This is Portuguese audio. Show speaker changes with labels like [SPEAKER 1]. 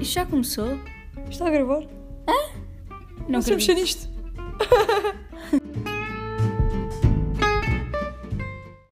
[SPEAKER 1] Isto já começou?
[SPEAKER 2] Está a gravar?
[SPEAKER 1] Não
[SPEAKER 2] Não
[SPEAKER 1] acredito.
[SPEAKER 2] sabemos ser nisto.